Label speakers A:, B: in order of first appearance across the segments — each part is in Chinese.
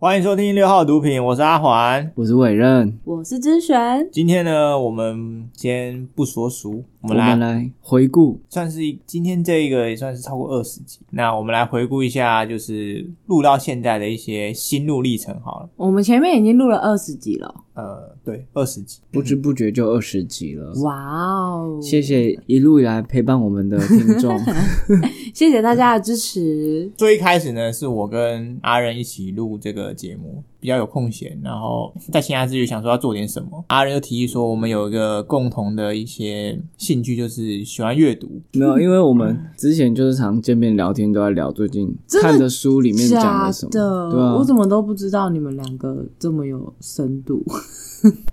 A: 欢迎收听六号毒品，我是阿环。
B: 我是伟任，
C: 我是之璇，
A: 今天呢，我们先不说书，我
B: 我
A: 们来
B: 们来回顾
A: 算是一今天这一个也算是超过二十集。那我们来回顾一下，就是录到现在的一些心路历程好了。
C: 我们前面已经录了二十集了，
A: 呃，对，二十集，
B: 不知不觉就二十集了，
C: 哇哦！
B: 谢谢一路以来陪伴我们的听 众。
C: 谢谢大家的支持，
A: 最一开始呢，是我跟阿仁一起录这个节目，比较有空闲，然后在闲暇之余想说要做点什么，阿仁就提议说，我们有一个共同的一些兴趣，就是喜欢阅读。
B: 没有，因为我们之前就是常见面聊天，都在聊最近
C: 真的
B: 看的书里面讲
C: 假
B: 了什么，
C: 的，
B: 对啊
C: 我。怎么都不知道你们两个这么有深度，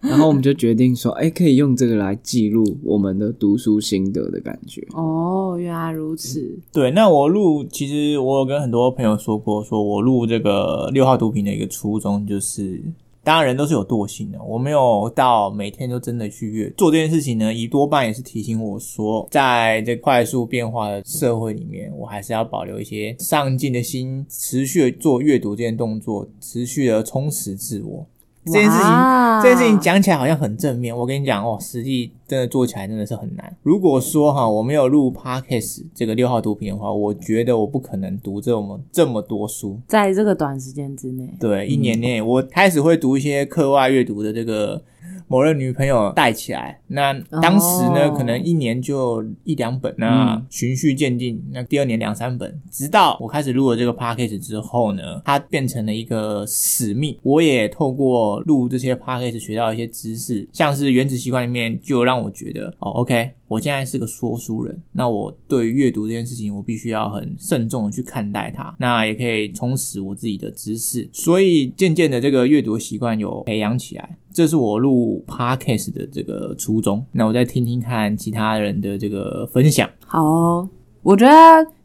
B: 然后我们就决定说，哎，可以用这个来记录我们的读书心得的感觉。
C: 哦，原来如此，
A: 对，那我录，其实我有跟很多朋友说过，说我录这个六号毒品的一个初衷就是，当然人都是有惰性的，我没有到每天都真的去阅做这件事情呢，一多半也是提醒我说，在这快速变化的社会里面，我还是要保留一些上进的心，持续地做阅读这件动作，持续的充实自我。这件事情
C: 哇
A: 这件事情讲起来好像很正面，我跟你讲哦，实际真的做起来真的是很难。如果说哈我没有录 podcast 这个六号毒品的话，我觉得我不可能读这么这么多书。
C: 在这个短时间之内，
A: 对，一年内我开始会读一些课外阅读的这个某任女朋友带起来。那当时呢，
C: 哦
A: 可能一年就一两本，啊那
B: 嗯
A: 循序渐进，那第二年两三本，直到我开始录了这个 podcast 之后呢，它变成了一个使命。我也透过录这些 podcast 学到一些知识，像是《原子习惯》里面就让我觉得，哦，OK，我现在是个说书人，那我对于阅读这件事情，我必须要很慎重的去看待它，那也可以充实我自己的知识，所以渐渐的这个阅读习惯有培养起来。这是我录 podcast 的这个初衷，那我再听听看其他人的这个分享。
C: 好哦，我觉得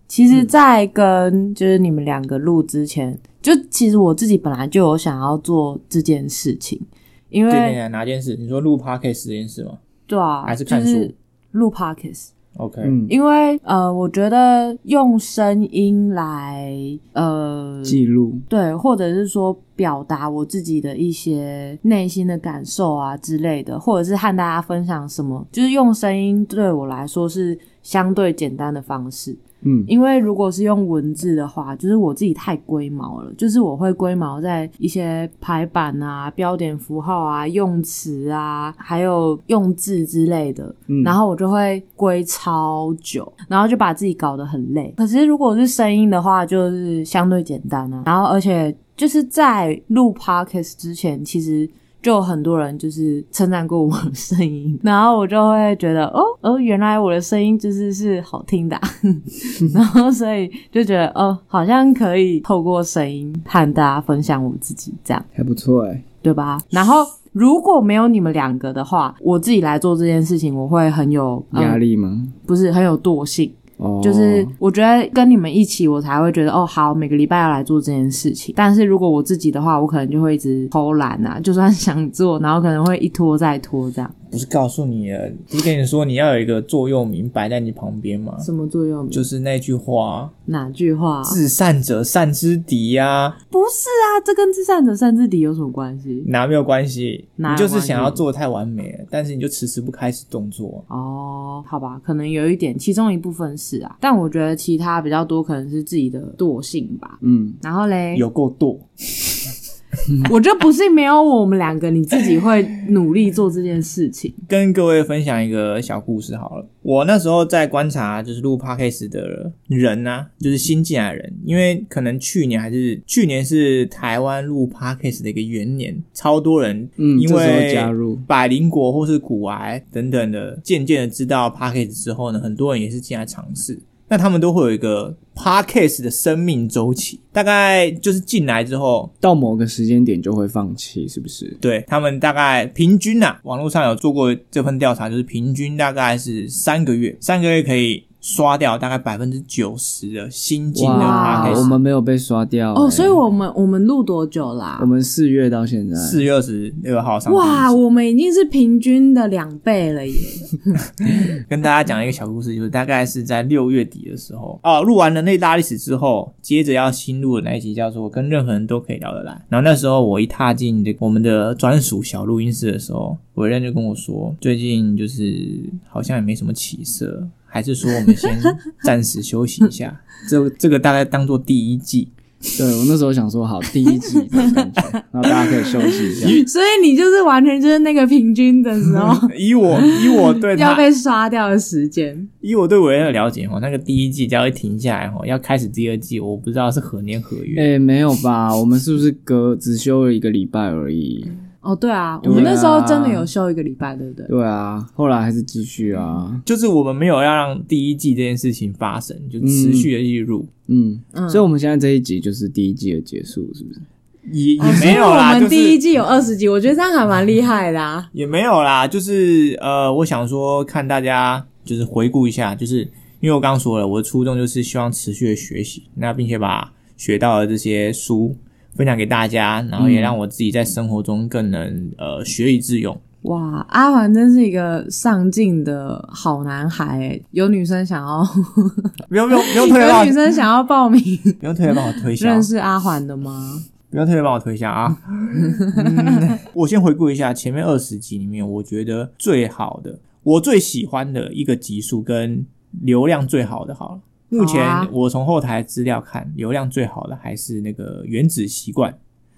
C: 其实，在跟就是你们两个录之前，就其实我自己本来就有想要做这件事情，因
A: 对
C: 为
A: 对，哪件事？你说录 podcast 这件事吗
C: 对啊，
A: 还是看
C: 就
A: 书
C: 录 podcast。
A: ？OK，、
B: 嗯，
C: 因为呃，我觉得用声音来呃，
B: 记录
C: 对，或者是说表达我自己的一些内心的感受啊之类的，或者是和大家分享什么，就是用声音对我来说是相对简单的方式。
B: 嗯，
C: 因为如果是用文字的话，就是我自己太龟毛了，就是我会龟毛在一些排版啊、标点符号啊、用词啊，还有用字之类的，
B: 嗯
C: 然后我就会龟超久，然后就把自己搞得很累。可是如果是声音的话，就是相对简单啊，然后而且就是在录 podcast 之前，其实。就有很多人就是称赞过我的声音，然后我就会觉得哦哦，原来我的声音就是是好听的啊、然后所以就觉得哦，好像可以透过声音和大家分享我自己这样，
B: 还不错哎，
C: 对吧？然后如果没有你们两个的话，我自己来做这件事情，我会很有嗯
B: 压力吗？
C: 不是很有惰性。
B: 哦，
C: 就是我觉得跟你们一起，我才会觉得哦，好，每个礼拜要来做这件事情。但是如果我自己的话，我可能就会一直偷懒啊，就算 想做，然后可能会一拖再拖这样。
A: 不是告诉你了，不是跟你说你要有一个座右铭摆在你旁边吗？
C: 什么作用？
A: 就是那句话
C: 哪句话？
A: “至善者善之敌”呀，
C: 不是啊，这跟至善者善之敌有什么关系？
A: 哪没有关系，
C: 哪有
A: 你就是
C: 关系
A: 想要做的太完美了，但是你就迟迟不开始动作。
C: 哦，好吧，可能有一点，其中一部分是啊，但我觉得其他比较多可能是自己的惰性吧。
B: 嗯，
C: 然后嘞，
A: 有够惰，
C: 我就不是没有我们两个，你自己会努力做这件事情。
A: 跟各位分享一个小故事好了。我那时候在观察，就是录 podcast 的人呐、就是新进来的人，因为可能去年还是去年是台湾录 podcast 的一个元年，超多人
B: 嗯
A: 因
B: 这时
A: 为
B: 候加入
A: 百灵果或是古癌等等的，渐渐的知道 podcast 之后呢，很多人也是进来尝试。那他们都会有一个 podcast 的生命周期，大概就是进来之后，
B: 到某个时间点就会放弃，是不是？
A: 对他们大概平均呐、啊，网络上有做过这份调查，就是平均大概是三个月，三个月可以刷掉大概百分之九十的新进的
B: 哇，
A: podcast，
B: 我们没有被刷掉
C: 哦，
B: 欸
C: 所以我们我们录多久啦、
B: 我们四月到现在，
A: 四月二十六号上
C: 哇，
A: 哇！
C: 我们已经是平均的两倍了耶！
A: 跟大家讲一个小故事，就是大概是在六月底的时候，哦，录完人类大历史之后，接着要新录的那一集叫做“跟任何人都可以聊得来”。然后那时候我一踏进这个我们的专属小录音室的时候，伟任就跟我说，最近就是好像也没什么起色，还是说我们先暂时休息一下。这这个大概当做第一季，
B: 对我那时候想说好第一 季的感觉，然后大家可以休息一下。
C: 所以你就是完全就是那个平均的时候
A: 以我以我 对他
C: 要被刷掉的时间。
A: 以我对伟人的了解哈，哦那个第一季只要一停下来哈，要开始第二季，我不知道是何年何月。
B: 哎、没有吧？我们是不是隔只休了一个礼拜而已？
C: 哦，对啊，我
B: 对啊
C: 们那时候真的有休一个礼拜，对不对？
B: 对啊，后来还是继续啊。
A: 就是我们没有要让第一季这件事情发生，就持续的一入，
B: 嗯，
C: 嗯
B: 所以我们现在这一集就是第一季的结束，是不是？
A: 也
C: 哦
A: 也没有
C: 所以
A: 啦，
C: 我
A: 就
C: 们第一
A: 是
C: 季有二十集，我觉得这样还蛮厉害的啊。
A: 也没有啦，就是呃，我想说看大家就是回顾一下，就是因为我刚刚说了，我的初衷就是希望持续的学习，那并且把学到的这些书分享给大家，然后也让我自己在生活中更能呃学以致用。
C: 哇，阿环真是一个上进的好男孩欸，有女生想 要，
A: 不用不用不用特别
C: 有
A: 帮
C: 女
A: 我
C: 生想要报名
A: 不用特别帮我推销，
C: 认识阿环的吗？
A: 不要特别帮我推一下 啊！嗯、我先回顾一下前面二十集里面，我觉得最好的，我最喜欢的一个集数跟流量最好的，好了。目前
C: 好啊
A: 我从后台资料看，流量最好的还是那个《原子习惯》。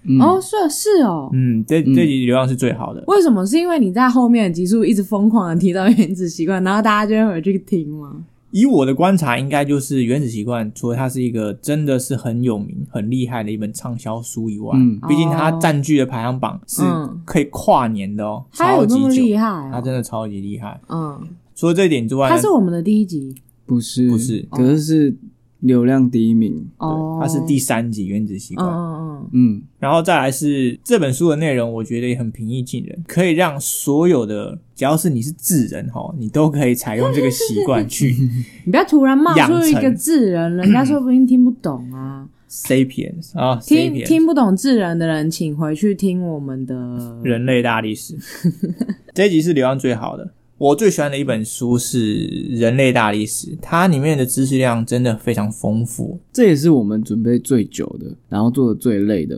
B: 嗯、
C: 哦，是哦是哦。
A: 嗯，这
B: 嗯
A: 这集流量是最好的。
C: 为什么？是因为你在后面的集数一直疯狂的提到原子习惯，然后大家就会回去听吗？
A: 以我的观察，应该就是《原子习惯》，除了它是一个真的是很有名、很厉害的一本畅销书以外，
B: 嗯
A: 毕竟它
C: 哦
A: 占据的排行榜是
C: 嗯
A: 可以跨年的哦，
C: 他有
A: 超
C: 那么
A: 级
C: 厉
A: 久。
C: 害、
A: 它
C: 哦？
A: 真的超级厉害。
C: 嗯，
A: 除了这一点之外呢，
C: 他是我们的第一集
B: 不是
A: 不是
B: 可是是流量第一名。
C: 哦，
A: 它是第三集《原子习
C: 嗯
A: 惯》
C: 嗯
B: 嗯，
A: 然后再来是这本书的内容，我觉得也很平易近人，可以让所有的只要是你是智人哈，你都可以采用这个习惯 去
C: 嗯，你不要突然冒
A: 养
C: 出一
A: 成
C: 个智人，人家说不定听不懂 啊。
A: sapiens 啊
C: 听
A: ，sapiens
C: 听不懂智人的人，请回去听我们的。
A: 人类大历史这一集是流量最好的。我最喜欢的一本书是《人类大历史》，它里面的知识量真的非常丰富，
B: 这也是我们准备最久的，然后做的最累 的。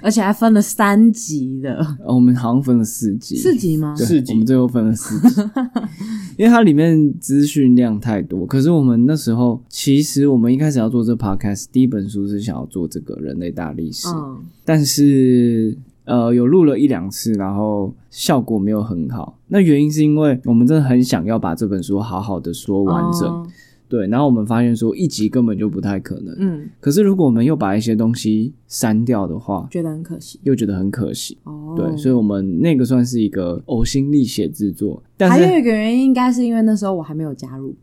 C: 而且还分了三集的，
B: 呃我们好像分了四集，
C: 四集吗？
B: 对
A: 四集
B: 我们最后分了四集， 因为它里面资讯量太多。可是我们那时候，其实我们一开始要做这 podcast，第一本书是想要做这个人类大历史，
C: 嗯，
B: 但是呃有录了一两次，然后效果没有很好。那原因是因为我们真的很想要把这本书好好的说完整，
C: 哦
B: 对。然后我们发现说一集根本就不太可能，
C: 嗯，
B: 可是如果我们又把一些东西删掉的话，
C: 觉得很可惜。
B: 又觉得很可惜。
C: 哦，
B: 对，所以我们那个算是一个呕心沥血制作，但
C: 还有
B: 是
C: 一个原因，应该是因为那时候我还没有加入，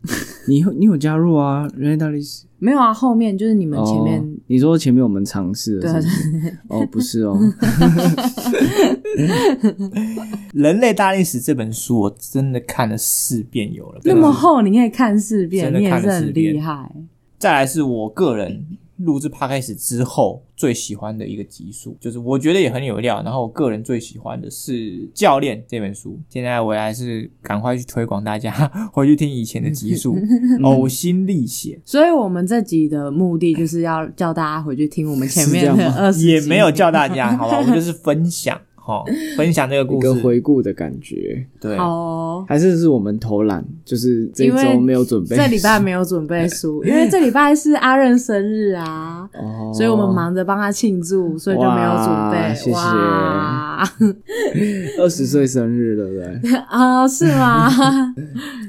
B: 你有你有加入啊？人类大历史
C: 没有啊。后面就是你们前面，
B: 哦你说前面我们尝试
C: 对啊
B: 的是不是？哦，不是 哦，
A: 《人类大历史》这本书我真的看了四遍有了，
C: 那
B: 啊
C: 么厚，你可以看四遍，
A: 真的
C: 你也
A: 看
C: 是
A: 了四
C: 很
A: 遍
C: 厉害。
A: 再来是我个人录制 podcast 之后最喜欢的一个集数，就是我觉得也很有料。然后我个人最喜欢的是《教练》这本书。现在我还是赶快去推广大家回去听以前的集 数，呕心沥血。
C: 所以我们这集的目的就是要叫大家回去听我们前面
B: 是这
C: 的
B: 样吗
C: 二十集，
A: 也没有叫大家，好吧，我就是分享哈、分享这个
B: 一
A: 故
B: 个
A: 事。
B: 回顾的感觉，
A: 对，
C: 好哦。
B: 还是是我们偷懒，就是这一
C: 因为
B: 周没有准备，
C: 这礼拜没有准备书，因为这礼拜是阿任生日啊，
B: 哦，
C: 所以我们忙着帮他庆祝，所以就没有准备。
B: 哇谢谢
C: 哇
B: 二十岁生日了，对不对？
C: 啊、是 吗？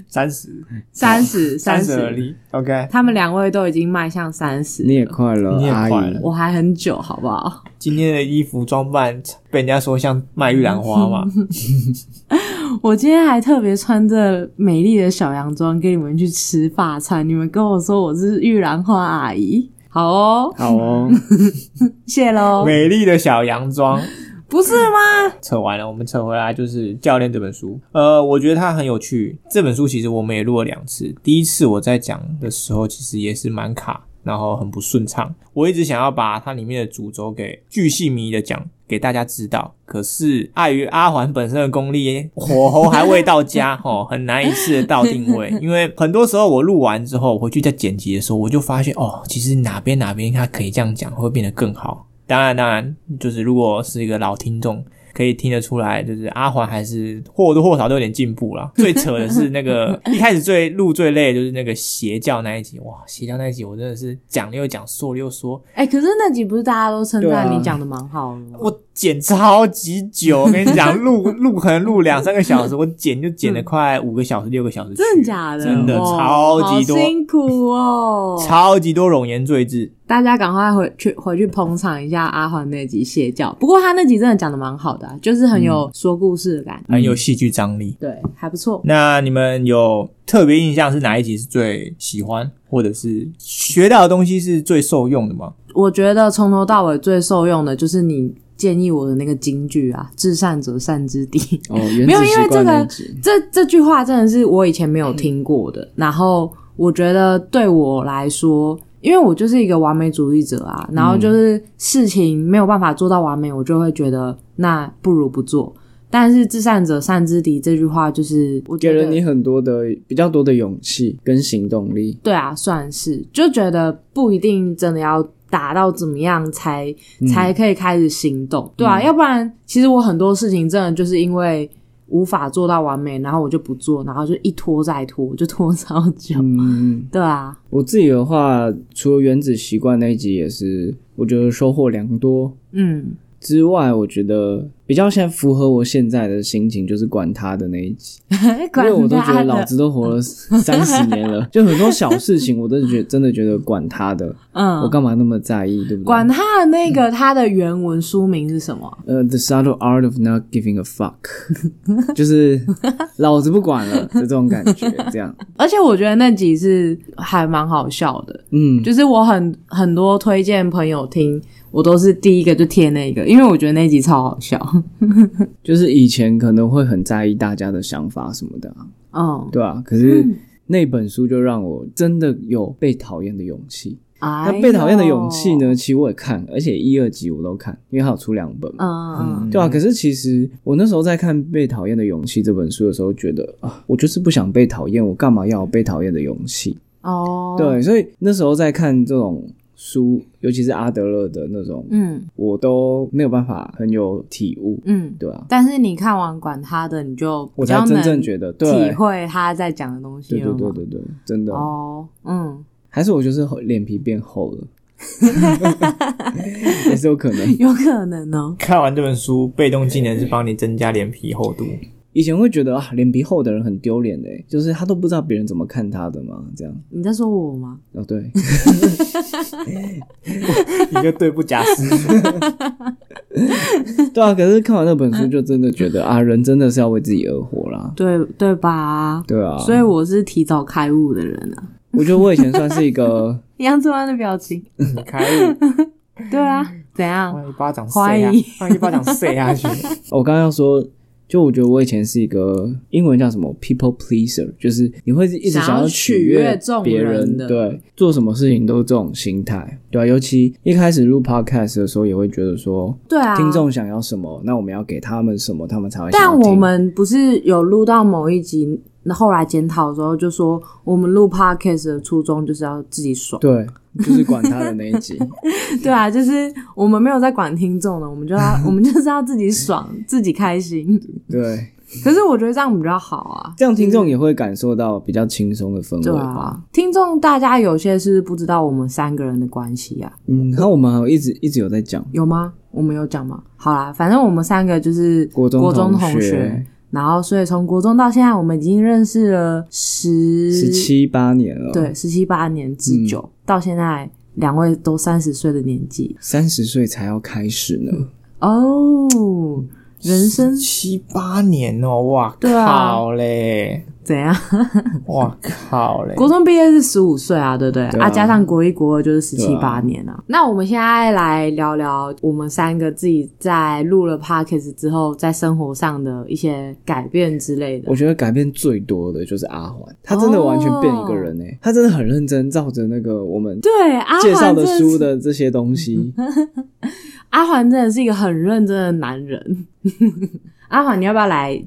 A: 三十，
C: 三十，
A: 三十而
C: 十，
A: 立。OK，
C: 他们两位都已经迈向三十，
B: 你也快乐，
A: 你也
B: 阿
A: 快
B: 姨
A: 了，
C: 我还很久，好不好？
A: 今天的衣服装扮被人家说像卖玉兰花 嘛，
C: 我今天还特别穿着美丽的小洋装跟你们去吃法餐，你们跟我说我是玉兰花阿姨，好哦，
B: 好哦，
C: 谢喽。
A: 美丽的小洋装。
C: 不是吗？
A: 扯完了，我们扯回来就是《教练》这本书。呃，我觉得它很有趣。这本书其实我们也录了两次。第一次我在讲的时候，其实也是蛮卡，然后很不顺畅。我一直想要把它里面的主轴给巨细迷的讲给大家知道，可是碍于阿环本身的功力，火候还未到家哦，很难一次的到定位。因为很多时候我录完之后，我回去在剪辑的时候，我就发现哦，其实哪边哪边它可以这样讲，会变得更好。当然，当然，就是如果是一个老听众，可以听得出来，就是阿环还是或多或少都有点进步啦。 最扯的是那 个一开始最录最累，就是那个邪教那一集，哇，邪教那一集我真的是讲了又讲，说了又说，
C: 哎、可是那集不是大家都称
B: 对
C: 赞
B: 啊
C: 你讲的蛮好的吗？
A: 我剪超级久，我跟你 讲，录录可能录两三个小时，我剪就剪了快五个小时、六个小时去，
C: 真的假的？
A: 真的
C: 哇
A: 超级多
C: 好辛苦哦！
A: 超级多冗言赘字，
C: 大家赶快回去回去捧场一下阿环那集邪教。不过他那集真的讲的蛮好的啊、就是很有说故事的感觉，
A: 很有戏剧张力。
C: 对，还不错。
A: 那你们有特别印象是哪一集是最喜欢，或者是学到的东西是最受用的吗？
C: 我觉得从头到尾最受用的就是你建议我的那个金句啊，“至善者善之地”
B: 哦，原
C: 没有
B: 子
C: 因为
B: 习惯
C: 这个
B: 那集
C: 这这句话真的是我以前没有听过的，然后我觉得对我来说，因为我就是一个完美主义者啊，然后就是事情没有办法做到完美，我就会觉得那不如不做。但是“至善者善之敌”这句话，就是我觉
B: 给
C: 得
B: 了你很多的比较多的勇气跟行动力，
C: 对啊，算是就觉得不一定真的要达到怎么样才、
B: 嗯
C: 才可以开始行动，对啊，要不然其实我很多事情真的就是因为无法做到完美，然后我就不做，然后就一拖再拖，就拖超久，
B: 嗯，
C: 对啊，
B: 我自己的话，除了原子习惯那一集也是，我觉得收获良多
C: 嗯，
B: 之外，我觉得比较现在符合我现在的心情就是管他的那一集，因为我都觉得老子都
C: 啊
B: 活了三十年 了，就很多小事情，我都觉真的觉得管他的，我
C: 嗯。
B: 干嘛那么在意，对不对？
C: 管他的那个，他的原文书名是什么？
B: 呃，The subtle art of not giving a fuck，就是 老子不管了的这种感觉，这样，
C: 而且我觉得那集是还蛮好笑的，
B: 嗯，
C: 就是我很很多推荐朋友听，我都是第一个就贴那个，因为我觉得那集超好笑。
B: 就是以前可能会很在意大家的想法什么的、啊，
C: 嗯，
B: 对啊，可是那本书就让我真的有被讨厌的勇气。
C: 那
B: 那被讨厌的勇气呢？？其实我也看，而且一二集我都看，因为它有出两本嘛。
C: 嗯，
B: 对啊，可是其实我那时候在看《被讨厌的勇气》这本书的时候，觉得啊，我就是不想被讨厌，我干嘛要有被讨厌的勇气？
C: 哦，，
B: 对，所以那时候在看这种书，尤其是阿德勒的那种，
C: 嗯
B: 我都没有办法很有体悟，
C: 嗯。
B: 对啊，
C: 但是你看完管他的，你就比
B: 我
C: 较
B: 才真
C: 能
B: 正觉得，对，
C: 体会他在讲的东西
B: 对
C: 了
B: 对
C: 吗
B: 对对对，真的，
C: 哦，嗯，
B: 还是我就是厚脸皮变厚了， 也是有可能。
C: 有可能哦。
A: 看完这本书，被动技能是帮你增加脸皮厚度。
B: 以前会觉得啊，脸皮厚的人很丢脸的，就是他都不知道别人怎么看他的嘛，这样。
C: 你在说我吗？
B: 哦，对，
A: 一个对不假思。
B: 对啊。可是看完那本书，就真的觉得啊，人真的是要为自己而活啦。
C: 对对吧？
B: 对啊，
C: 所以我是提早开悟的人啊。
B: 我觉得我以前算是一个，
C: 杨子安的表情，
A: 你开悟，
C: 对啊，怎样？
A: 万一巴掌塞
C: 怀
A: 下
C: 疑，
A: 万一巴掌塞下去，
B: 我刚刚要说，就我觉得我以前是一个英文叫什么 people pleaser，就是你会一直
C: 想
B: 要
C: 要取
B: 取
C: 悦
B: 悦
C: 众
B: 别
C: 人的
B: 对，做什么事情都这种心态，对啊。尤其一开始录 podcast 的时候，也会觉得说，
C: 对啊，
B: 听众想要什么，那我们要给他们什么，他们才会想要
C: 但
B: 听。
C: 我们不是有录到某一集，后来检讨的时候就说，我们录 podcast 的初衷就是要自己爽。
B: 对，就是管他的那一 集，
C: 对啊，就是我们没有在管听众的，我们就 要我们就是要自己爽，自己开心。
B: 对，
C: 可是我觉得这样比较好啊。
B: 这样听众也会感受到比较轻松的氛
C: 对
B: 围吧。
C: 啊，听众大家有些是不知道我们三个人的关系啊，
B: 嗯，然后我们还有一直一直有在讲
C: 有吗？我们有讲吗？好啦，反正我们三个就是
B: 国中
C: 国中
B: 同
C: 同学，然后所以从国中到现在，我们已经认识了十
B: 十七嗯八年了，，
C: 嗯对，十七八年之久，到现在两位都三十岁的年纪
B: 三十岁才要开始
C: 嗯
B: 呢。
C: 哦，人生
A: 七八年哦，哇
C: 对啊
A: 靠嘞！
C: 怎样？
A: 哇靠嘞！
C: 国中毕业是十五岁啊，对不对？
B: 对啊
C: 加上国一、国二就是十七
B: 对啊
C: 八年啊。那我们现在来聊聊我们三个自己在录了 podcast 之后，在生活上的一些改变之类的
B: 我。觉得改变最多的就是阿环，他真的完全变一个人呢、他真的很认真，照着那个我们
C: 哦对，阿
B: 介绍
C: 环
B: 的
C: 真
B: 书
C: 是
B: 的这些东西，
C: 阿环真的是一个很认真的男人。 阿环，你要不要来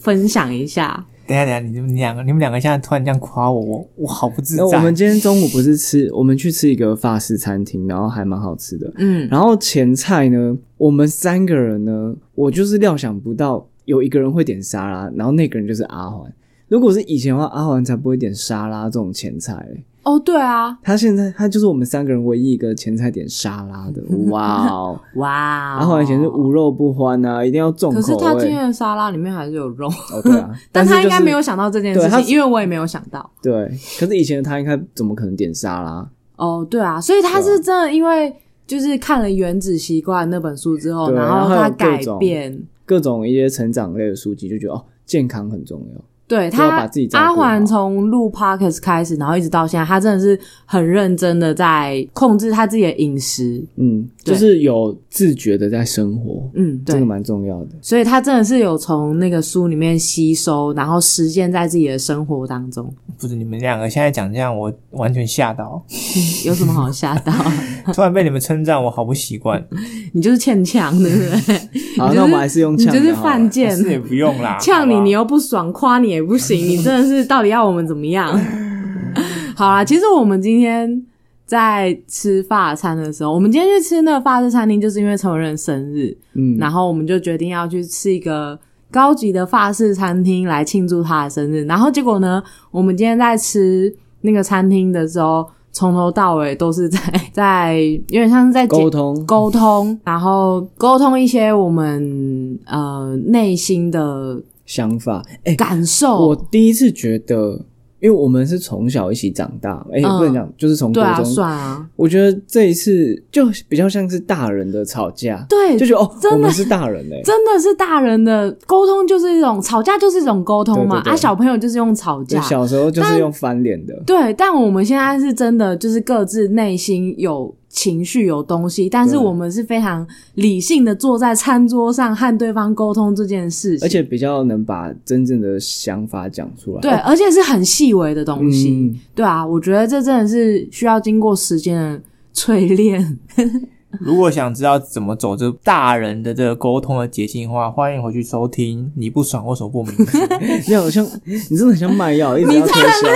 C: 分享一下？
A: 等一下等一下，你们两个你们两个现在突然这样夸我，我我好不自在。
B: 那我们今天中午不是吃，我们去吃一个法式餐厅，然后还蛮好吃的。
C: 嗯，
B: 然后前菜呢，我们三个人呢，我就是料想不到有一个人会点沙拉，然后那个人就是阿环。如果是以前的话，阿环才不会点沙拉这种前菜、
C: 哦，对啊，
B: 他现在他就是我们三个人唯一一个前菜点沙拉 的，哇哦！
C: 哇哦，
B: 阿环以前是无肉不欢啊，一定要重口
C: 可
B: 味。
C: 是他今天的沙拉里面还是有肉，
B: 哦对啊，
C: 但
B: 是
C: 他应
B: 就
C: 该
B: 是
C: 没有想到这件事
B: 对他
C: 情，因为我也没有想到。
B: 对，可是以前的他应该怎么可能点沙拉？
C: 哦，对啊，所以他是真的因为就是看了《原子习惯》那本书之后，
B: 对
C: 然后
B: 然后
C: 他
B: 还有
C: 改
B: 各种
C: 变，
B: 各种一些成长类的书籍，就觉得哦，健康很重要。
C: 对
B: 就要
C: 他
B: 把自己照顾好
C: 阿环从录 podcast 开始，然后一直到现在，他真的是很认真的在控制他自己的饮食。
B: 嗯，
C: 对
B: 就是有自觉的在生活，
C: 嗯，
B: 这
C: 对
B: 个，蛮重要的。
C: 所以他真的是有从那个书里面吸收，然后实践在自己的生活 当中。
A: 不是你们两个现在讲这样，我完全吓到，
C: 有什么好吓到？
A: 突然被你们称赞，我好不习 惯。
C: 你就是欠呛，对不对？
B: 好，
C: 你就是
B: 那我们还是用
C: 你
B: 呛
C: 就是
B: 的好了
C: 犯贱，
A: 是也不用啦，
C: 呛你
A: 好不好
C: 你又不爽，夸你也不行，你真的是到底要我们怎么样？ 好啦，其实我们今天在吃法餐的时候，我们今天去吃那个法式餐厅，就是因为陈文仁生日，
B: 嗯，
C: 然后我们就决定要去吃一个高级的法式餐厅来庆祝他的生日。然后结果呢，我们今天在吃那个餐厅的时候，从头到尾都是在在有点像是在解
B: 沟通
C: 沟通，然后沟通一些我们呃内心的
B: 想法。哎、
C: 感受。
B: 我第一次觉得，因为我们是从小一起长大，哎、
C: 嗯
B: 不能讲，就是从
C: 对
B: 国
C: 啊，
B: 中。
C: 算啊，
B: 我觉得这一次就比较像是大人的吵架，
C: 对
B: 就，觉得哦
C: 真，的
B: 我们是大人哎、
C: 真的是大人的沟通就是一种吵架，就是一种沟通嘛。
B: 对对对
C: 啊，小朋友就是用吵
B: 就
C: 架，
B: 小时候就
C: 但
B: 是用翻脸的，
C: 对，但我们现在是真的就是各自内心有情绪有东西，但是
B: 对
C: 我们是非常理性的坐在餐桌上和对方沟通这件事情，
B: 而且比较能把真正的想法讲出来。
C: 对，而且是很细微的东西，
B: 哦嗯
C: 对啊，我觉得这真的是需要经过时间的淬炼。
A: 如果想知道怎么走这大人的这个沟通的捷径的话，欢迎回去收听。你不爽为什么不明说？
B: 你好像你真的很像卖药，一直要推销。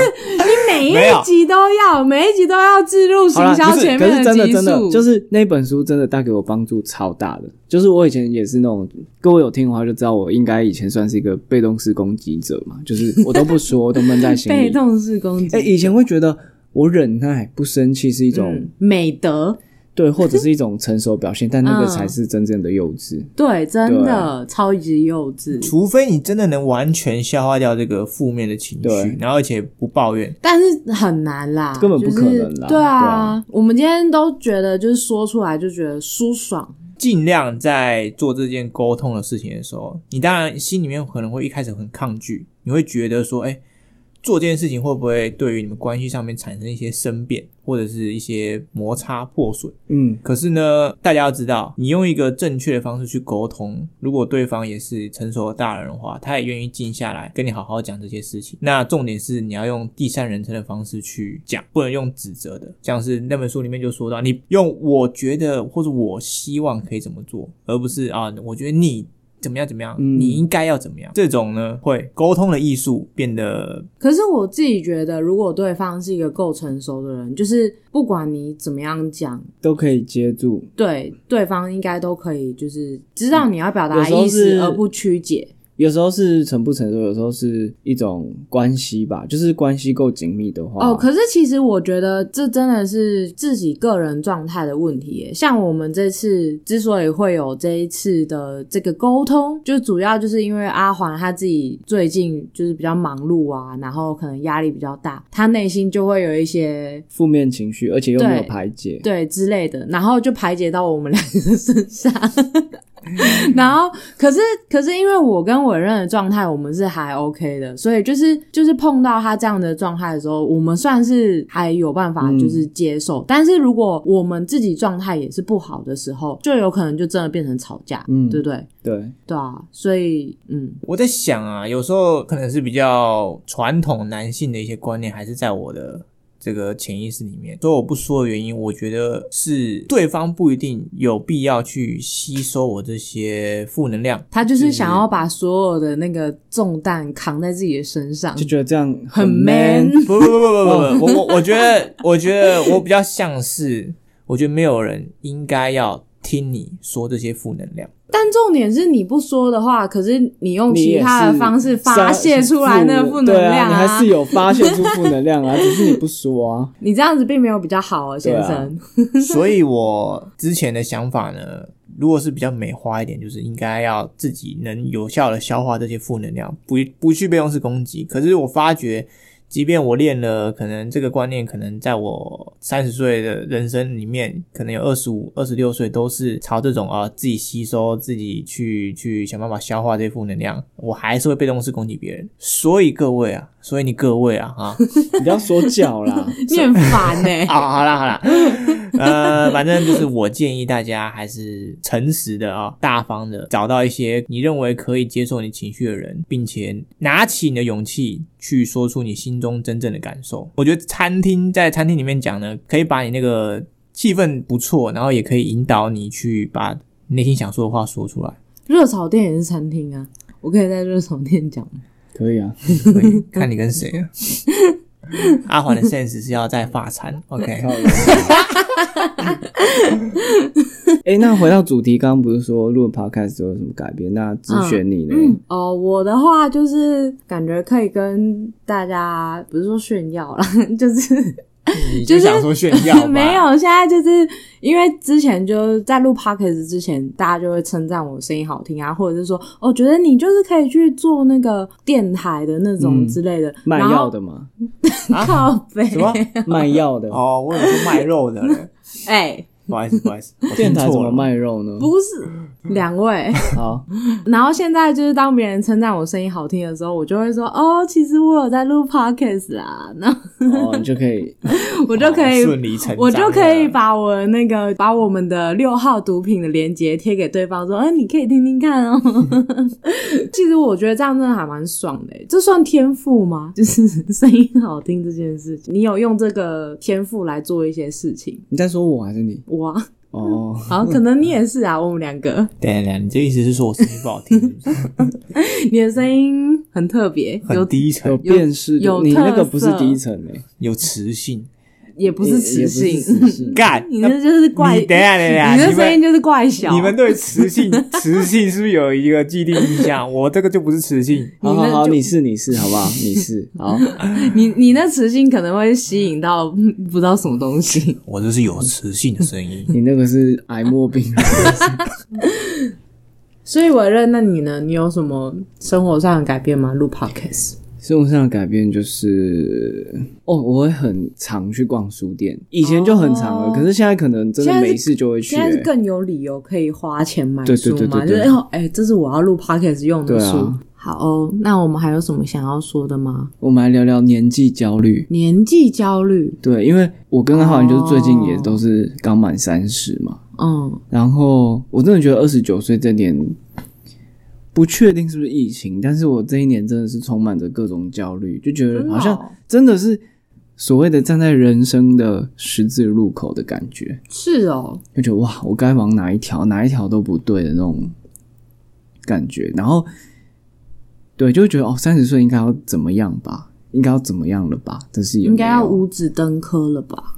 C: 每
A: 没有
C: 一集都要，每一集都要置入
B: 好
C: 行
B: 啦，
C: 销
B: 可是
C: 前
B: 可是
C: 面
B: 真的
C: 激
B: 真的
C: 素，
B: 就是那本书真的带给我帮助超大的。就是我以前也是那种，各位有听的话就知道，我应该以前算是一个被动式攻击者嘛，就是我都不说，我都闷在心
C: 被
B: 里。
C: 动式攻击。
B: 哎、以前会觉得我忍耐不生气是一种、
C: 嗯，美德，
B: 对，或者是一种成熟表现，但那个
C: 嗯
B: 才是真正的幼稚。
C: 对，真
B: 对
C: 的超级幼稚。
A: 除非你真的能完全消化掉这个负面的情绪
B: 对，
A: 然后而且不抱怨。
C: 但是很难啦，
B: 根本不可能啦
C: 就是、对啊，
B: 对啊
C: 我们今天都觉得就是说出来就觉得舒爽，
A: 尽量在做这件沟通的事情的时候，你当然心里面可能会一开始很抗拒，你会觉得说，哎、做这件事情会不会对于你们关系上面产生一些生变，或者是一些摩擦破损？
B: 嗯，
A: 可是呢，大家要知道，你用一个正确的方式去沟通，如果对方也是成熟的大人的话，他也愿意静下来跟你好好讲这些事情。那重点是你要用第三人称的方式去讲，不能用指责的。像是那本书里面就说到，你用我觉得或者我希望可以怎么做，而不是啊，我觉得你。怎么样？怎么样？
B: 嗯
A: 你应该要怎么样？这种呢，会沟通的艺术变得
C: 可是我自己觉得，如果对方是一个够成熟的人，就是不管你怎么样讲，
B: 都可以接住。
C: 对对方应该都可以，就是知道你要表达
B: 有
C: 的
B: 时候
C: 意思
B: 是
C: 而不曲解。
B: 有时候是成不成熟，有时候是一种关系吧，就是关系够紧密的话，
C: 哦，可是其实我觉得这真的是自己个人状态的问题耶。像我们这次之所以会有这一次的这个沟通，就主要就是因为阿环他自己最近就是比较忙碌啊，然后可能压力比较大，他内心就会有一些
B: 负面情绪，而且又没有
C: 对
B: 排解，
C: 对之类的，然后就排解到我们两个身上。然后，可是可是因为我跟伟任的状态，我们是还 OK 的，所以就是就是碰到他这样的状态的时候，我们算是还有办法就是接受。但是如果我们自己状态也是不好的时候，就有可能就真的变成吵架，
B: 嗯
C: 对不对？
B: 对，
C: 对啊，所以嗯，
A: 我在想啊，有时候可能是比较传统男性的一些观念，还是在我的这个潜意识里面。所以我不说的原因，我觉得是对方不一定有必要去吸收我这些负能量。
C: 他就是
A: 是
C: 想要把所有的那个重担扛在自己的身上
B: 就，觉得这样
C: 很
B: man，
C: man。
A: 不不不不不不，我我我觉得，我觉得我比较像是，我觉得没有人应该要听你说这些负能量。
C: 但重点是你不说的话，可是你用
B: 你也
C: 其
B: 是
C: 他的方式发泄出来那个负能量
B: 对啊，你还是有发泄出负能 量啊，只是你不说啊。
C: 你这样子并没有比较好哦，先生。
A: 所以我之前的想法呢，如果是比较美化一点，就是应该要自己能有效的消化这些负能量，不不去被用式攻击。可是我发觉，即便我练了，可能这个观念，可能在我三十岁的人生里面，可能有二十五、二十六岁都是朝这种啊自己吸收、自己去去想办法消化这些负能量，我还是会被动式攻击别人。所以各位啊，所以你各位啊啊。
B: 你不要说教啦，
C: 你很烦 呢、欸
A: 啊，好啦好啦，呃，反正就是我建议大家还是诚实的啊、大方的，找到一些你认为可以接受你情绪的人，并且拿起你的勇气去说出你心中真正的感受。我觉得餐厅在餐厅里面讲呢，可以把你那个气氛不错，然后也可以引导你去把内心想说的话说出来。
C: 热炒店也是餐厅啊，我可以在热炒店讲吗。
B: 可以啊，
A: 所以看你跟谁 啊。阿环的 sense 是要在发餐，OK？
B: 靠腰。哎、那回到主题，刚刚不是说录 podcast 有什么改变？那只选你呢？
C: 嗯，哦，我的话就是感觉可以跟大家，不是说炫耀啦， 就是
A: 你
C: 就是
A: 想说炫耀 吧
C: 没有，现在就是因为之前就是在录 podcast 之前，大家就会称赞我声音好听啊，或者是说，哦，觉得你就是可以去做那个电台的那种
B: 嗯
C: 之类的，
B: 卖
C: 然后
B: 药的嘛，
A: 啊
C: 靠背，
A: 什么？
B: 卖药的。
A: 哦，我有说卖肉的嘞，
C: 哎、
A: 不好意思，不好意 思，我
B: 电
A: 听
B: 台怎
A: 错
B: 么
A: 了。
B: 卖肉呢？
C: 不是两位。
B: 好，
C: 然后现在就是当别人称赞我声音好听的时候，我就会说哦，其实我有在录 podcast 啦，那
B: 哦，你就可以
C: 我就可以。
A: 哦顺理成章，
C: 我就可以。把我的那个把我们的六号毒品的链接贴给对方，说，嗯、你可以听听看哦。 其实我觉得这样真的还蛮爽的，欸这算天赋吗？ 就是声音好听这件事情，你有用这个天赋来做一些事情。
B: 你在说我还是你？
C: 哇，
B: 哦，
C: 好，可能你也是啊，我们两个，
A: 等一下等一下，你这意思是说我声音不好听，是不是？
C: 你的声音很特别， 有
A: 很低
B: 有
A: 沉，
B: 辨识度，
C: 有
B: 你那个
C: 特
B: 不是
C: 色
B: 低层诶、
A: 有磁性。
C: 也不是
B: 也
C: 磁
B: 也不是，
C: 性
B: 磁性。
A: 干，
C: 你
A: 那
C: 这就是怪，
A: 你等一下等一下
C: 你
A: 你
C: 这
A: 们
C: 声音就是怪小，
A: 你们对磁性磁性是不是有一个既定印象？我这个就不是磁性。
B: 好
C: 你
B: 好
C: 那
B: 好，
C: 就
B: 你是你是，好不好？你是好，
C: 你你那磁性可能会吸引到不知道什么东西。
A: 我这是有磁性的声音。
B: 你那个是癌末 病，
C: 所以我认，那你呢？你有什么生活上的改变吗？录 podcast，
B: 生活上的改变就是，哦，我会很常去逛书店，以前就很常了，
C: 哦
B: 可是现在可能真的
C: 现在是
B: 没事就会去、
C: 现在是
B: 欸。
C: 更有理由可以花钱买
B: 对对
C: 书
B: 对
C: 吗？
B: 对
C: 就是
B: 对
C: 哦，哎、这是我要录 podcast 用的
B: 对啊
C: 书。好哦，那我们还有什么想要说的吗？
B: 我们来聊聊年纪焦虑。
C: 年纪焦虑，
B: 对，因为我跟浩然就是最近也
C: 哦
B: 都是刚满三十嘛，
C: 嗯，
B: 然后我真的觉得二十九岁这点不确定是不是疫情，但是我这一年真的是充满着各种焦虑，就觉得好像
C: 真的哦
B: 真的是所谓的站在人生的十字路口的感觉，
C: 是哦，
B: 就觉得哇，我该往哪一条，哪一条都不对的那种感觉。然后，对，就会觉得哦，三十岁应该要怎么样吧，应该要怎么样了吧，但是也
C: 应该要
B: 没有
C: 五指登科了吧？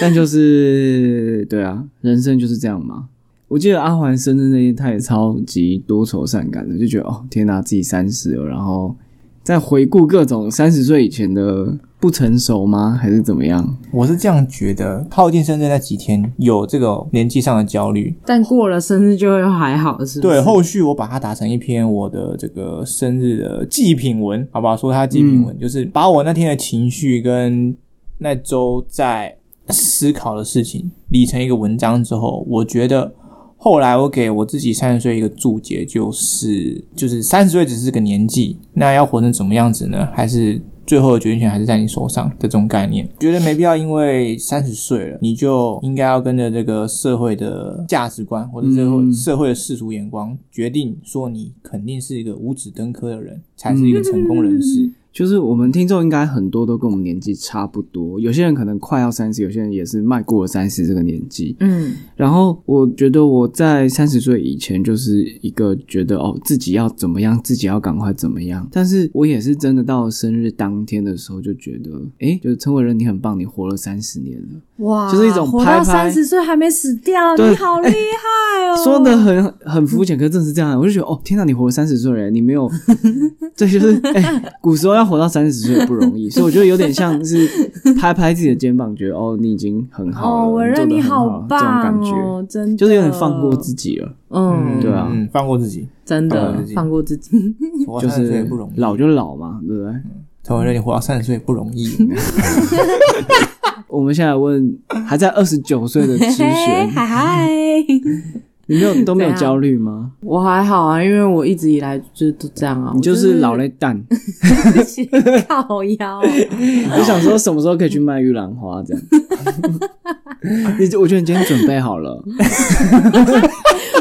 B: 但就是对啊，人生就是这样嘛。我记得阿环生日那天，他也超级多愁善感的，就觉得哦天哪、自己三十了，然后再回顾各种三十岁以前的不成熟吗？还是怎么样？
A: 我是这样觉得，靠近深圳那几天有这个年纪上的焦虑，
C: 但过了生日就会还好，是不是？
A: 对，后续我把它打成一篇我的这个生日的祭品文，
C: 嗯
A: 好不好？说它祭品文，就是把我那天的情绪跟那周在思考的事情理成一个文章之后，我觉得后来我给我自己三十岁一个注解，就是就是三十岁只是个年纪，那要活成什么样子呢？还是最后的决定权还是在你手上的这种概念，觉得没必要，因为三十岁了，你就应该要跟着这个社会的价值观或者社会、
B: 嗯
A: 社会的世俗眼光，决定说你肯定是一个五指登科的人，才是一个成功人士。
B: 就是我们听众应该很多都跟我们年纪差不多，有些人可能快要三十，有些人也是迈过了三十这个年纪。
C: 嗯，
B: 然后我觉得我在三十岁以前就是一个觉得哦自己要怎么样，自己要赶快怎么样。但是我也是真的到了生日当天的时候就觉得，诶，就是陈伟仁你很棒，你活了三十年了。
C: 哇，
B: 就是一种
C: 活
B: 拍
C: 到
B: 拍
C: 三十岁还没死掉，
B: 对
C: 你好厉害哦！
B: 说的很很肤浅，可是真的是这样。我就觉得，哦，天哪，你活了三十岁了，你没有， 这就是哎、古时候要活到三十岁不容易，所以我觉得有点像是拍拍自己的肩膀，觉得哦，你已经很好
C: 哦，
B: 了，
C: 我认
B: 你
C: 你
B: 做得很
C: 好
B: 好这种
C: 棒
B: 感觉
C: 哦，真的
B: 就是有点放过自，己
A: 哦
B: 了，
C: 嗯，
B: 对啊
A: 嗯，放过自己，
C: 真
A: 放过
C: 的
A: 自己
C: 放过自己，
A: 活
B: 就
A: 三十岁
B: 是
A: 不容易，
B: 老就老嘛，对不对？
A: 成为人，你活到三十岁不容 易。
B: 我们现在问还在二十九岁 的 知
C: 嘿
B: 璇，
C: 嗨嗨，
B: 你没有都没有
C: 怎样
B: 焦虑吗？
C: 我还好啊，因为我一直以来就是都这样啊，
B: 你就
C: 我
B: 是老，嘞蛋，
C: 靠腰啊，
B: 我想说什么时候可以去卖玉兰花这样？ 你就我觉得你今天准备好了。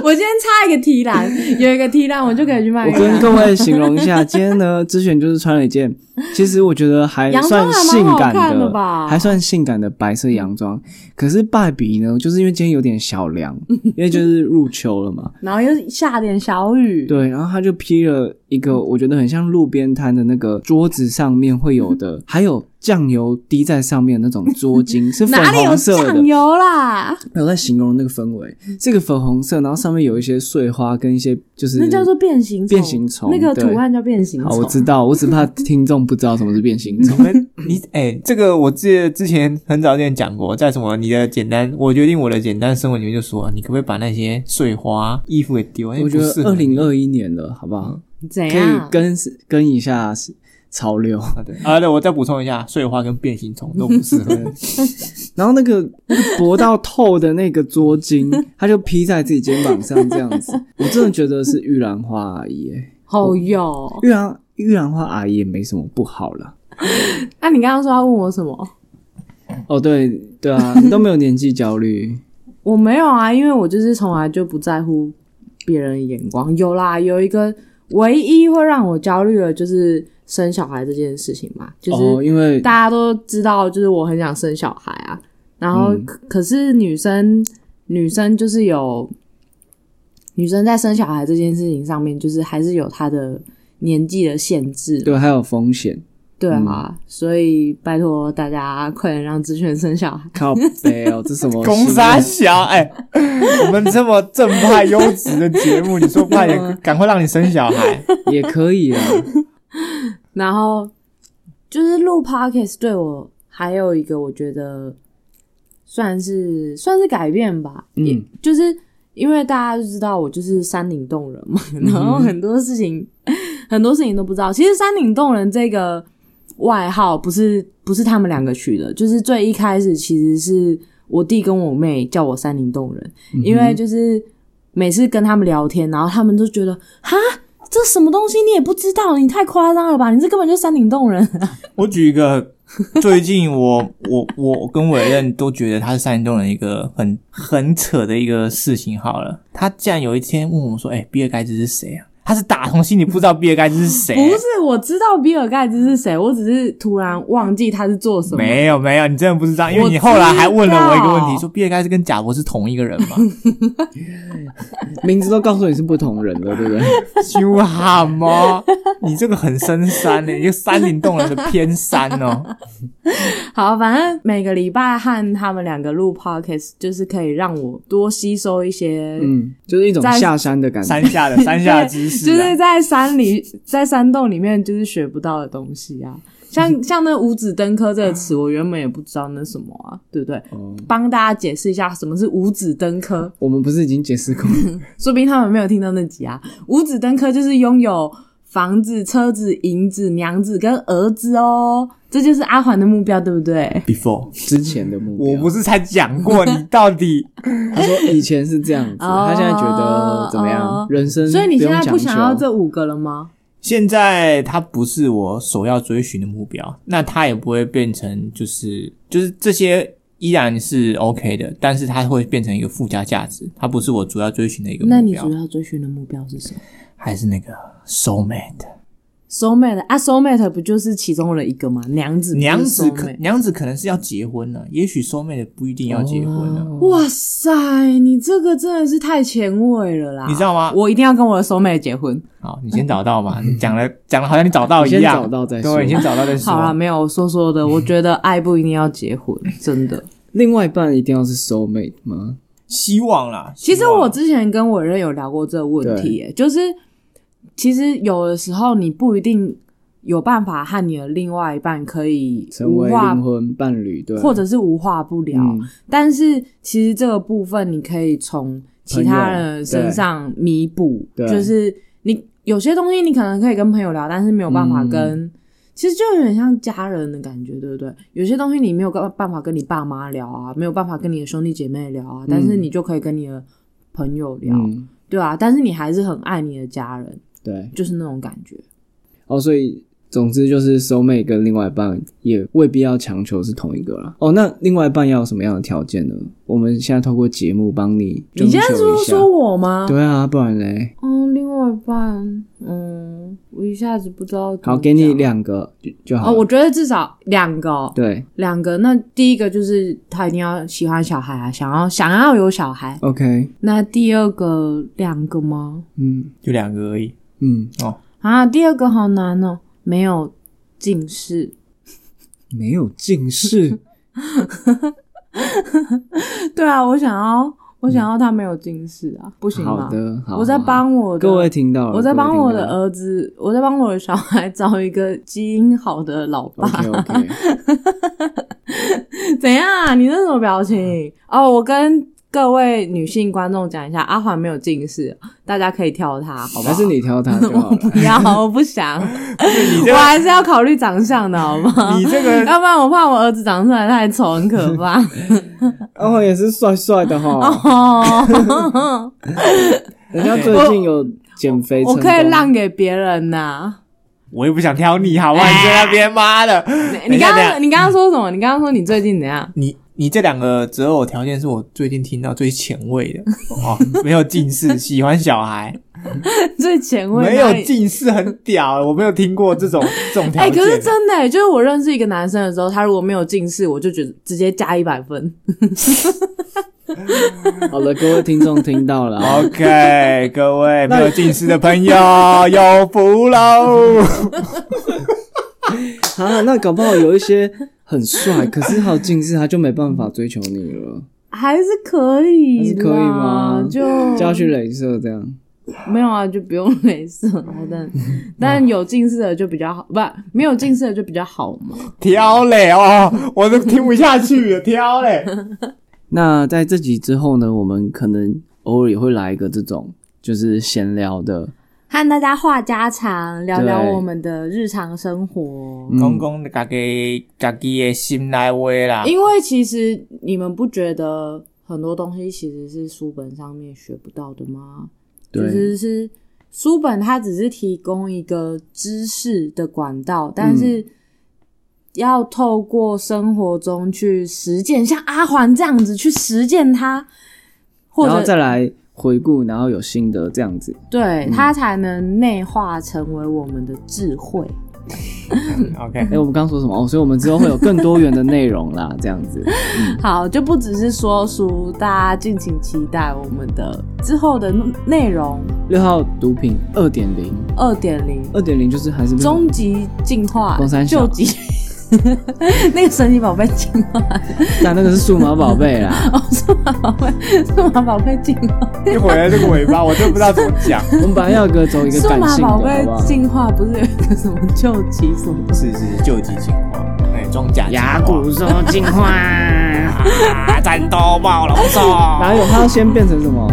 C: 我今天插一个提篮，有一个提篮，我就可以去卖
B: 我
C: 玉
B: 跟
C: 兰
B: 各位形容一下，今天呢，之璇就是穿了一件，其实我觉得还
C: 洋
B: 算
C: 装还
B: 性
C: 蛮好
B: 感
C: 看
B: 的，
C: 的吧
B: 还算性感的白色洋装。可是败笔呢，就是因为今天有点小凉，因为就是入秋了嘛，
C: 然后又下点小雨，
B: 对，然后他就披了一个我觉得很像路边摊的那个桌子上面会有的，还有酱油滴在上面的那种桌巾，是粉
C: 哪里有
B: 红色的
C: 酱。油啦？
B: 我在形容那个氛围，这个粉红色，然后上面有一些碎花跟一些就是
C: 那叫做变形虫
B: 变形虫
C: 那个
B: 对
C: 图案叫变形
B: 好，
C: 虫。
B: 我知道，我只怕听众不知道什么是变 形虫。
A: 你们，你哎、这个我记得之前很早之前讲过，在什么你的简单，我决定我的简单生活里面就说，你可不可以把那些碎花衣服给丢？哎
C: 哎
B: 我觉得二
A: 二
B: 零二一年了，好不好？
C: 怎
B: 可以
C: 样？
B: 跟跟一下潮流。
C: 哎
A: 啊，对啊，对，我再补充一下，碎花跟变形虫都不适合。
B: 然后那个那个薄到透的那个桌 巾，它就披在自己肩膀上这样子，我真的觉得是玉兰花阿姨、欸。
C: 好哟。
B: 玉兰玉兰花阿姨也没什么不好啦。
C: 那、啊你刚刚说要问我什么？嗯
B: 哦，对对 啊，你都没有年纪焦虑，
C: 我没有啊，因为我就是从来就不在乎别人的眼光。有啦，有一个唯一会让我焦虑的就是生小孩这件事情嘛，就是、
B: 哦，因为
C: 大家都知道，就是我很想生小孩啊。然后
B: 嗯
C: 可，可是女生女生就是有女生在生小孩这件事情上面，就是还是有她的年纪的限制。
B: 对还有风险，
C: 对啊，所以拜托大家快点让志炫生小孩。
B: 靠背 哦，这什么
A: 公杀
B: 杀
A: 小，哎、 我们这么正派优质的节目，你说快
B: 嗯
A: 点，赶快让你生小孩。
B: 也可以啊，
C: 然后就是录 podcast 对我还有一个我觉得算是算是改变吧，
B: 嗯
C: 也就是因为大家都知道我就是山顶洞人嘛，然后很多事情很多事情都不知道。其实山顶洞人这个外号不是不是他们两个取的，就是最一开始其实是我弟跟我妹叫我山顶洞人，因为就是每次跟他们聊天，然后他们都觉得哈。这什么东西你也不知道，你太夸张了吧！你这根本就山顶洞人。
A: 我举一个，最近我我我跟伟任都觉得他是山顶洞人一个很很扯的一个事情。好了，他竟然有一天问我说：“哎、比尔盖茨是谁啊？”他是打从心里不知道比尔盖茨是谁、
C: 不是，我知道比尔盖茨是谁，我只是突然忘记他是做什么。
A: 没有没有，你真的不知道，因为
C: 我
A: 你后来还问了我一个问
C: 知
A: 题，
C: 道
A: 说比尔盖茨跟贾博是同一个人吗？
B: 名字都告诉你是不同人了，对不 对？
A: 修好吗？你这个很深山呢、一个山顶洞人的偏山哦。
C: 好，反正每个礼拜和他们两个录 podcast，就是可以让我多吸收一些，
B: 嗯，就是一种
C: 在
B: 下山的感觉
A: 山。下的山下的知识、
C: 就
A: 啊，
C: 是在山里、在山洞里面就是学不到的东西啊。像像那五指登科这个词，我原本也不知道那什么啊，对不对？
B: 哦
C: 帮大家解释一下什么是五指登科，
B: 我们不是已经解释过？
C: 说不定他们没有听到那集啊。五指登科就是拥有房子、车子、银子、娘子跟儿子哦，这就是阿环的目标，对不对？
A: Before，
B: 之前的目标。
A: 我不是才讲过你到底
B: 他说以前是这样子，
C: 哦
B: 他现在觉得怎么
C: 哦
B: 样？人
A: 嗯
B: 生
C: 所以你现在不
B: 不用
C: 想
B: 讲
C: 要
B: 求
C: 这五个了吗？
A: 现在它不是我首要追寻的目标，那它也不会变成就是就是这些依然是 OK 的，但是它会变成一个附加价值，它不是我主要追寻的一个
C: 那
A: 目
C: 你
A: 标
C: 主，要追寻的目标是什么
A: 还是那个 soul mate。
C: ？soulmate 啊，soulmate 不就是其中的一个吗？娘子，
A: 娘子
C: 不是
A: 可
C: soulmate
A: 娘子可能是要结婚了，也许 soul mate 不一定要结婚了。
B: 哦
C: 哇塞，你这个真的是太前卫了啦！
A: 你知道吗
C: 我一定要跟我的 soulmate 结婚。
A: 好，你先找到嘛，你讲了讲了，好像你找到一
B: 你先
A: 样，
B: 找到再说
A: 对，你先找到再
C: 好啊啦，
A: 说。
C: 没有我说说的，我觉得爱不一定要结婚，真的。
B: 另外一半一定要是 soul mate 吗？
A: 希望啦，
C: 其实
A: 希望
C: 我之前跟伟瑞有聊过这个问题、耶，就是其实有的时候你不一定有办法和你的另外一半可以
B: 成
C: 无
B: 为
C: 话
B: 灵，魂伴侣，对，
C: 或者是无话不聊，
B: 嗯
C: 但是其实这个部分你可以从其他人身上弥补，
B: 对
C: 就是你有些东西你可能可以跟朋友聊，但是没有办法
B: 嗯
C: 跟，其实就有点像家人的感觉，对不对？有些东西你没有办法跟你爸妈聊啊，没有办法跟你的兄弟姐妹聊啊，但是你就可以跟你的朋友聊，
B: 嗯，
C: 对啊，但是你还是很爱你的家人，
B: 对，
C: 就是那种感觉。
B: 哦，所以总之就是 soul mate 跟另外一半也未必要强求是同一个啦。哦，那另外一半要有什么样的条件呢？我们现在透过节目帮你征
C: 你
B: 求
C: 现
B: 一下，
C: 在说说我吗？
B: 对啊，不然嘞，
C: 嗯，另外一半，嗯，我一下子不知道。
B: 好，给你。两个就就好
C: 哦，
B: 了。
C: 我觉得至少两个、哦，
B: 对
C: 两个。那第一个就是他一定要喜欢小孩啊，想要想要有小孩。
B: ，OK，
C: 那第二个两个吗？
B: 嗯
A: 就两个而已。
B: 嗯，
C: 啊，第二个好难哦，没有近视。
B: 没有近视，
C: 对啊，我想要，我想要他没有近视啊，不行吗
B: 好？的，好，
C: 我在
B: 好
C: 帮我的
B: 各位听到了，
C: 我在帮我
B: 各
C: 的
B: 位
C: 儿子，我在帮我的小孩找一个基因好的老爸。
B: 听到了 OK OK，
C: 怎样啊？你那什么表
A: 嗯
C: 情？哦，我跟各位女性观众讲一下，阿环没有近视，大家可以挑他，好不
B: 还
C: 好？
B: 是你挑他就好
C: 我
B: 了。
C: 不要，我不想，我还是要考虑长相的好吗？
A: 你这个
C: 要不然我怕我儿子长出来太丑，很可怕。
B: 哦，也是帅帅的哈，
C: 哦，
B: 人家最近有减肥
C: 我
B: 成功，
C: 可以让给别人呐、
A: 我也不想挑你，
C: 哎
A: 好吧？你在那边，妈的！
C: 你
A: 等一
C: 你
A: 下
C: 刚
A: 等一下
C: 刚你刚刚说什么？你刚刚说你最近怎 样？
A: 你你这两个择偶条件是我最近听到最前卫 的哦，没有近视，喜欢小孩，
C: 最前卫
A: 没
C: 哪
A: 有
C: 里
A: 近视很屌，我没有听过这种 这种条
C: 哎、
A: 件。啊
C: 可是真的、欸，就是我认识一个男生的时候，他如果没有近视，我就觉得直接加一百分。
B: 好了，各位听众听到 了啊，
A: OK，各位没有近视的朋友有福喽！
B: 啊，那搞不好有一些很帅，可是好近视，他就没办法追求你了，
C: 还是可以啦，
B: 还是可以吗
C: 就
B: 就要去镭射这样。
C: 没有啊，就不用 镭射。但 但有近视的就比较好，不没有近视的就比较好嘛。
A: 挑嘞哦，我都听不下去了，挑嘞。
B: 那在这集之后呢，我们可能偶尔也会来一个这种就是闲聊的，
C: 和大家话家常，聊聊
B: 对
C: 我们的日常生活。
B: 嗯
A: 公公家己家己的心来话啦，
C: 因为其实你们不觉得很多东西其实是书本上面学不到的吗？就
B: 对，
C: 是是书本它只是提供一个知识的管道，但
B: 嗯
C: 是要透过生活中去实践，像阿环这样子去实践它，或
B: 然后再嗯
C: 者
B: 来回顾，然后有心得这样子。
C: 对、它才能内化成为我们的智慧。
A: OK
C: 嗯
B: 哎、。我们刚刚说什么？哦，所以我们之后会有更多元的内容啦，这样子。
C: 好，就不只是说书，大家敬请期待我们的之后的内容
B: 六号毒品二点零，
C: 二点零。
B: 二点零就是还是
C: 终极进化
B: 东山，嗯小
C: 救急， 那个神奇宝贝进化
B: 那那个是数码宝贝啦。
C: 哦，数码宝贝，数码宝贝进化，
A: 一回来这个尾巴，我真不知道怎么讲。
B: 我们本来要有个走一个
C: 数
B: 感
C: 码
B: 性的，
C: 宝
B: 好不
C: 贝
B: 好？
C: 进化不是有一个什么救急什么？
A: 是是救急情况，哎，装甲
D: 牙骨兽进化，啊战斗暴龙兽。
B: 哪有？它要先变成什么？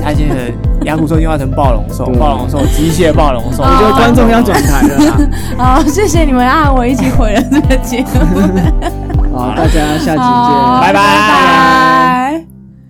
A: 他现在牙骨兽进化成暴龙兽，
B: 对
A: 暴龙兽机械暴龙兽，
C: 我觉得
B: 观众要转台了啦。
C: 好，谢谢你们啊，我一起毁了这个节目。
B: 好，大家下集见，
C: 好
A: 拜拜
C: 拜拜